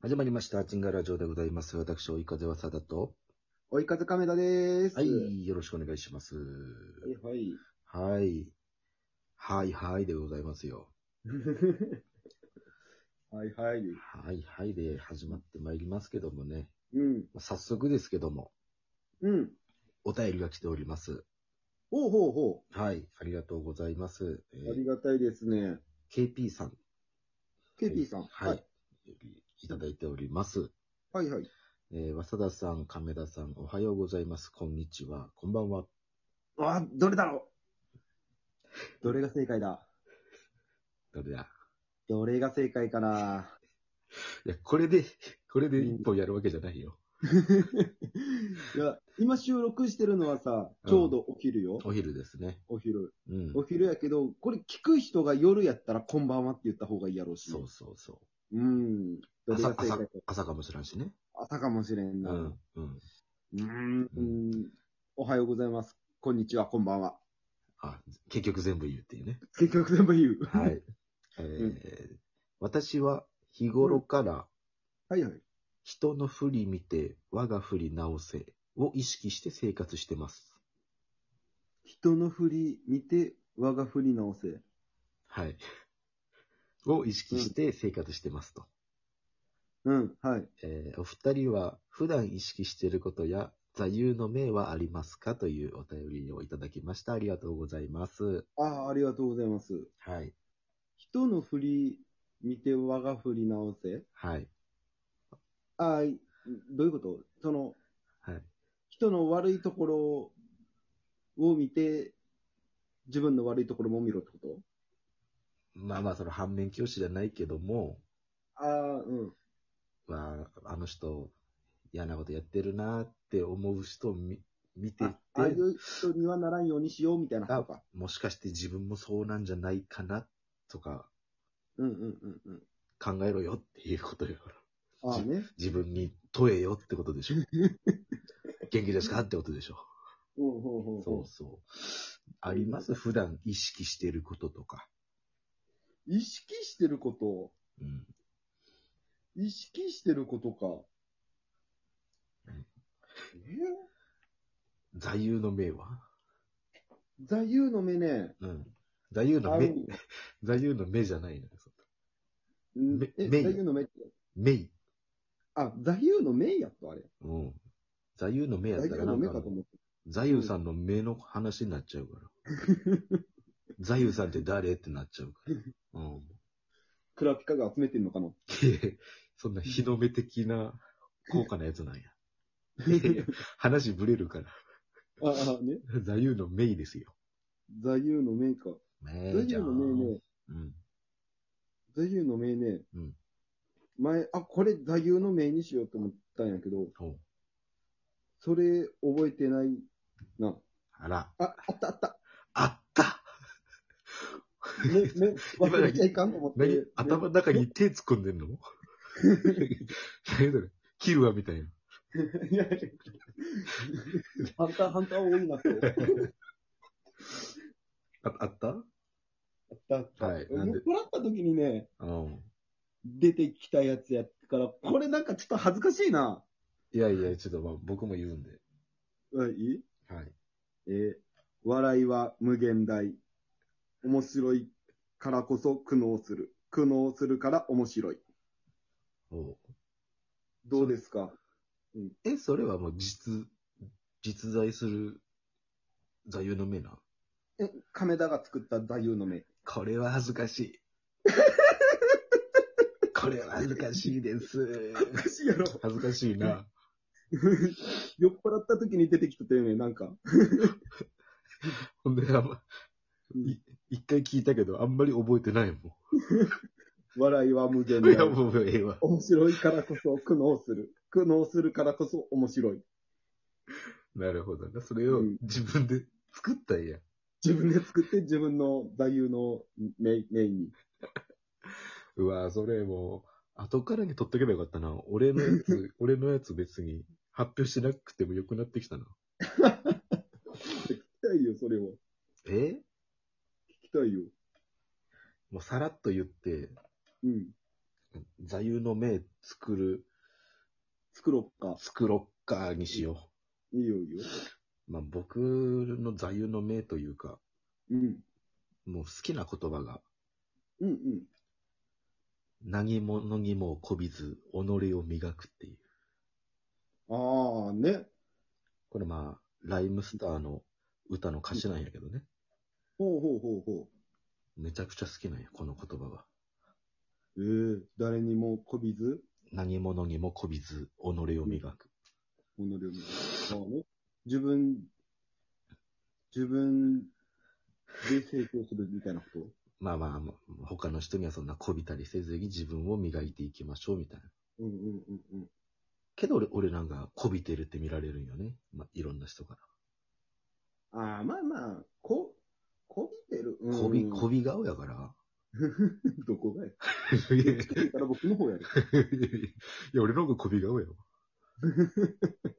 始まりました。チンガラジオでございます。私、追い風はさだと。追い風亀田でーす。は。い、よろしくお願いします。はい、はい。 はい。はい、はいでございますよ。はい、はい。はい、はいで始まってまいりますけどもね。うん。早速ですけども、うん。お便りが来ております。ほうほうほはい、ありがとうございます。えう。ありがたいですね。ー KP さん。 KP さん。はい。。いただいております。はい、はい。えー、早田さん、亀田さん、おはようございます。こんにちは。こんばんは。あ、どれだろうどれが正解だどれだどれが正解か ないや、これで、これで一本やるわけじゃないよ。いや、今収録してるのはさ、ちょうどお昼よ。お昼ですね。お昼。うん。お昼やけど、これ聞く人が夜やったらこんばんはって言った方がいいやろうし。。そうそうそううん。う。どれ朝が、正解朝か。、朝かもしれんしね。朝かもしれんうな。ん。うん。うーん。おはようございます。こんにちは、こんばんは。あ、結局全部言うっていうね。結局全部言う。は。い。 えー私は日頃からはいはい。人の振り見て我が振り直せを意識して生活してます。人の振り見て、我が振り直せ。はい。 を意識して生活してますと。うん、はい。えーお二人は普段意識していることや座右の銘はありますかというお便りをいただきました。ありがとうございます。ああ、ありがとうございます。はい。人の振り見て、我が振り直せ。はい。ああ、いどういうことその、はい。人の悪いところを見て、自分の悪いところも見ろってこまあまあ、その反面教師じゃないけども、とああ、うん。まあ、あの人、嫌なことやってるなって思う人を見見ていあて、ああいう人にはならんようにしようみたいなことか。もしかして自分もそうなんじゃないかなとかうんうんうんうん。考えろよっていうことよ。ああね。自分に問えよってこと でしょ。元気ですかってことでしょ。ほうほうほうそほうそう。あります普段意識してることとか。う。意識してること、うん。意識してることかうん。え座右の銘は座右の目ね。うん。座右のあ銘、座右の銘じゃないのよ。うんめえ、座メイ右の目って。銘。あ、座右の銘やった、あれ。うん。座右の銘やっ座た右らなのん銘かかと思って。座右さんの目の話になっちゃうから。座右さんって誰ってなっちゃうから。うん。 クラピカが集めてんのかな。そんな日の目的な高価なやつなんや。いやいや話ぶれるから。ああ、ね。座右の銘ですよ。座右の銘か。銘座右の銘ね。うん。座右の銘ね。うん前、あ、これ座右の銘にしようと思ったんやけど、ほうそれ覚えてないな。あら。あ、あったあった。あったね、ね、忘れちゃいかんと思って。何頭の中に手突っ込んでんの何それキルアみたいな。いやいやハンター、ハンター多いなと。ああっただった。はいもなんでらった時にね、うん。出てきたやつやから、これなんかちょっと恥ずかしいな。いやいや、ちょっとまあ僕も言うんで。うん、いいはい。えー笑いは無限大。面白いからこそ苦悩する。苦悩するから面白い。おうどうですかえ、それはもう実、実在する座右の銘な。え、亀田が作った座右の銘。これは恥ずかし い。これは恥ずかしいです。おかしいやろ。恥ずかしいな。酔っ払った時に出てきたというね、なんか。 ほんで、あんま、い一回聞いたけど、あんまり覚えてないも笑いは無限ん。いや、。大もうええわ。面白いからこそ苦悩する。苦悩するからこそ面白い。なるほどな。それをうん自分で作ったんや。自分で作って自分の座右の銘銘に。うわそれもう、後からに取っとけばよかったな。俺のや つ、俺のやつ別に発表しなくてもよくなってきたな。聞きたいよ、それを。え聞きたいよ。もうさらっと言って、うん。座右の銘作る、作ろっか。作ろっかにしよいいよいいよ。う。まあ僕の座右の銘というか、うん。もう好きな言葉が、うんうん。何者にもこびず、己を磨くっていう。ああ、ね。これまあ、ライムスターの歌の歌詞なんやけどね。ほうほうほうほめちゃくちゃ好きなんや、この言葉が。う。ええ誰にもこびず、何者にもこびず、己を磨く。己を磨く。そうね。自分、自分で成長するみたいなことまあまあまあ、他の人にはそんなこびたりせずに自分を磨いていきましょうみたいな。うんうんうんうん。けど俺、俺なんかこびてるって見られるんよね。まあ、いろんな人かああ、まあまあ、こ、こびてる。ら。うんこび、こび顔やから。 どこがや。いどっちかって言ったら僕の方やる。や、俺の方がこび顔や わ。ね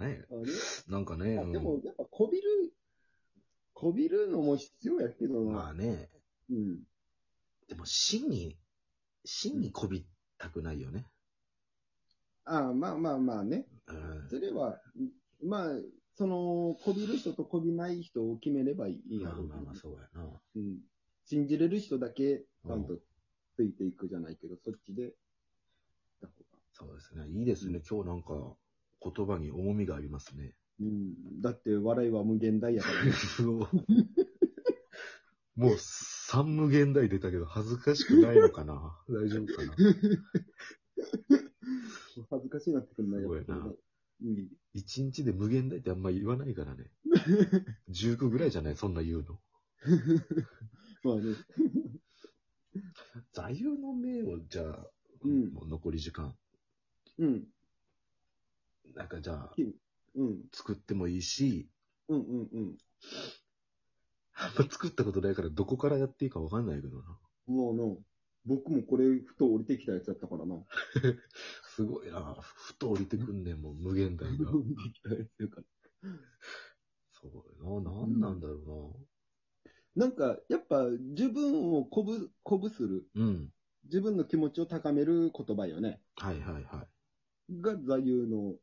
えあねなんかね、あでうも、やっぱこびる、こびるのも必要やけどんな。まあね、うん。でも真に、真にこびたくないよね。ああ、まあまあまあね。うんそれは、まあ、その、こびる人とこびない人を決めればいいやまあろうまあまあ、そうやな。うん。信じれる人だけ、ちゃんとついていくじゃないけど、そっちで、やった方がそうですね。いいですね。今日なんか、言葉に重みがあります ね。うん。だって、笑いは無限大や から、ね。もう、三無限大出たけど、恥ずかしくないのかな大丈夫かな恥ずかしいなってくんないすごいなうん。一日で無限大ってあんま言わない からね。19ぐらいじゃないそんな言うの。まあね。座右の銘を、じゃあ、うんもう残り時間。うん。なんかじゃあ、うん。作ってもいいし、 うんうんうん。あんま作ったことないから、どこからやっていいかわかんないけどな。もうの、僕もこれ、ふと降りてきたやつだったからな。すごいな。ふと降りてくんねん、もう無限大 が。降りてきたやつだから。そうやな。なんなんだろなんか、やっぱ、自分を鼓舞、鼓舞する。うな。うん。自分の気持ちを高める言葉よね。はいはいはい。が座右の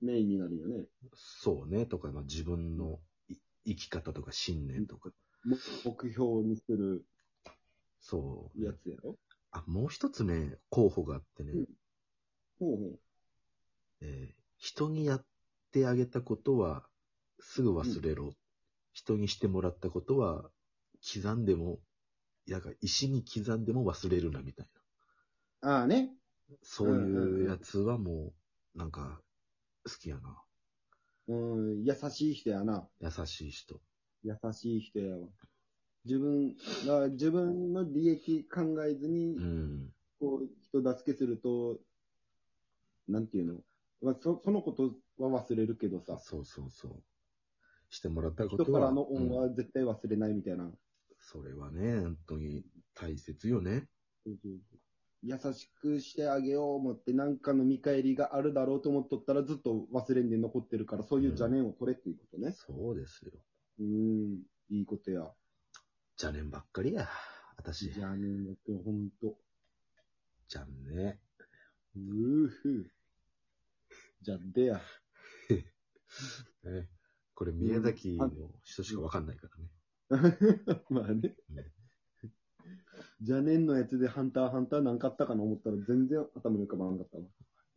メインになるよね。そうね、とか、まあ、自分のい生き方とか信念とか。も目標にするそう、やつやろ。あ、もう一つね、候補があってね、うんほうほう。えー人にやってあげたことはすぐ忘れろ。人にしてもらったことは刻んでも、なんか石に刻んでも忘れるなみたいああね。な。そううんうんいううんやつはもう、なんか、好きやな。うん、優しい人やな。優しい人。優しい人やわ。自分が、自分の利益考えずにう、ん。こう、人助けすると、なんていうの、まあ、そそのことは忘れるけどさ、そうそうそう。してもらったこと人は。からのう恩んは絶対忘れないみたいな。それはね、本当に大切よね。優しくしてあげよう思って、なんかの見返りがあるだろうと思っとったら、ずっと忘れんで残ってるから、そういう邪念を取れっていうことね。そうですよ。うん、いいことや。邪念ばっかりや。私。邪念だって、ほんと。じゃんね。うーふう。じゃあ、でや。ねこれ宮崎の人しかわかんないからね。 まあね。邪念のやつでハンターハンターなんかあったかな思ったら、全然頭に浮かばなかったわ。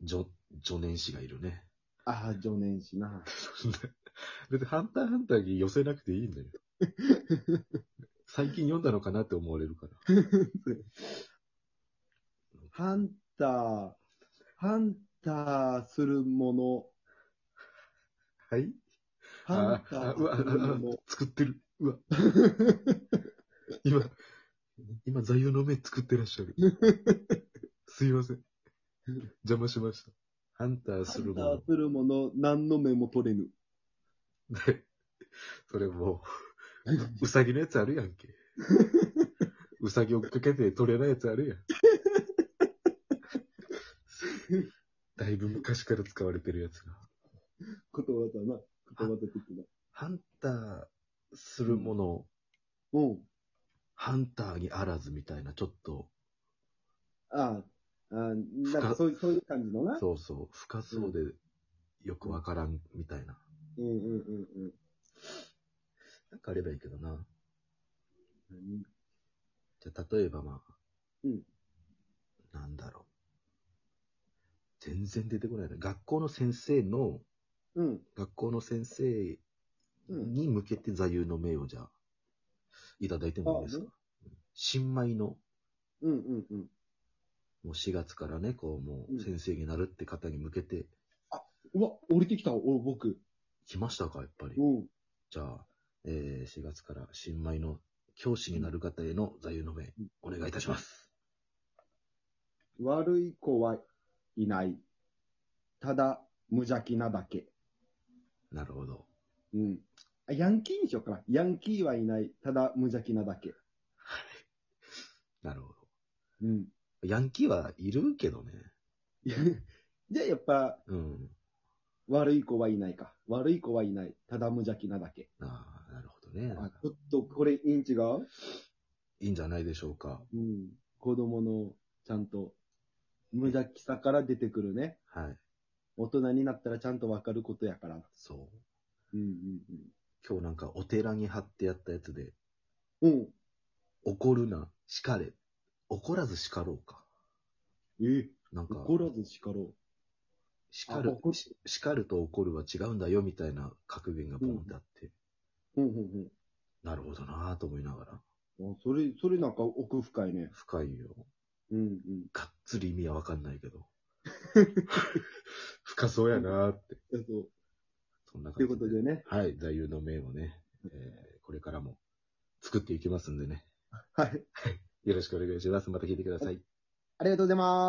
じょ、助念師がいるね。 ああ、常念しな。別にハンターハンターに寄せなくていいん だよ。最近読んだのかなって思われるから。ハンター、ハンターするもの、はいハンタああーうわ、するもあのあ。作ってる。うわ。今、今座右の銘作ってらっしゃ る。すいません。邪魔しました。ハンターハすンるタもーの。するもの、何の目も取れぬ。で、 それもう、うさぎのやつあるや んけ。うさぎ追っかけて取れないやつあるやん。だいぶ昔から使われてるやつが。ことわざな。ことわざ的な。ハンターするもの、うん。ハンターにあらずみたいな、ちょっと、ああ、ああなんかそういう、そういう感じのな。そうそう。深そうで、よくわからん、みたいな。うんうんうんうん。なんかあればいいけどな。何じゃあ、例えばまあ。うんなんだろう。全然出てこないな。学校の先生の、うん。学校の先生うんに向けて座右の銘をじゃあ、いただいてもいいですか、あ新米の、うんうんうん。もう4月からね、こう、もううん先生になるって方に向けて、うわ、降りてきた、お僕。来ましたか、やっぱり。うん。じゃあ、えー、4月から新米の教師になる方への座右の銘、お願いいたします。悪い子はいない。ただ、無邪気なだけ。なるほど。うん。あヤンキーにしようかな。ヤンキーはいない。ただ、無邪気なだけ。なるほうん。 ど。ヤンキーはいるけどね。じゃあ、やっぱ、うん。悪い子はいないか。悪い子はいない。ただ無邪気なだけ。ああ、なるほどね。あ、ちょっと、これ、インチが、いいんじゃないでしょうか。うん。子供の、ちゃんと、無邪気さから出てくるね。はい。大人になったらちゃんとわかることやから。そう。うん今日なんかお寺に貼ってやったやつで、うんうん。怒るな、叱れ。怒らず叱ろうか。うん。え、なんか、怒らず叱ろ叱るあ怒るし叱ると怒るは違うんだよみたいな格言がボンってあって、う。うんうんなるほどなぁと思いながら、うん。あそれ、それなんか奥深いね。深いよ。うんうん。がっつり意味はわかんないけ ど。深そうやなぁって。えっと、そんなとい感うじことでね。はい、座右の銘をね、えーこれからも作っていきますんでね。はい。よろしくお願いします。また聞いてください。ありがとうございます。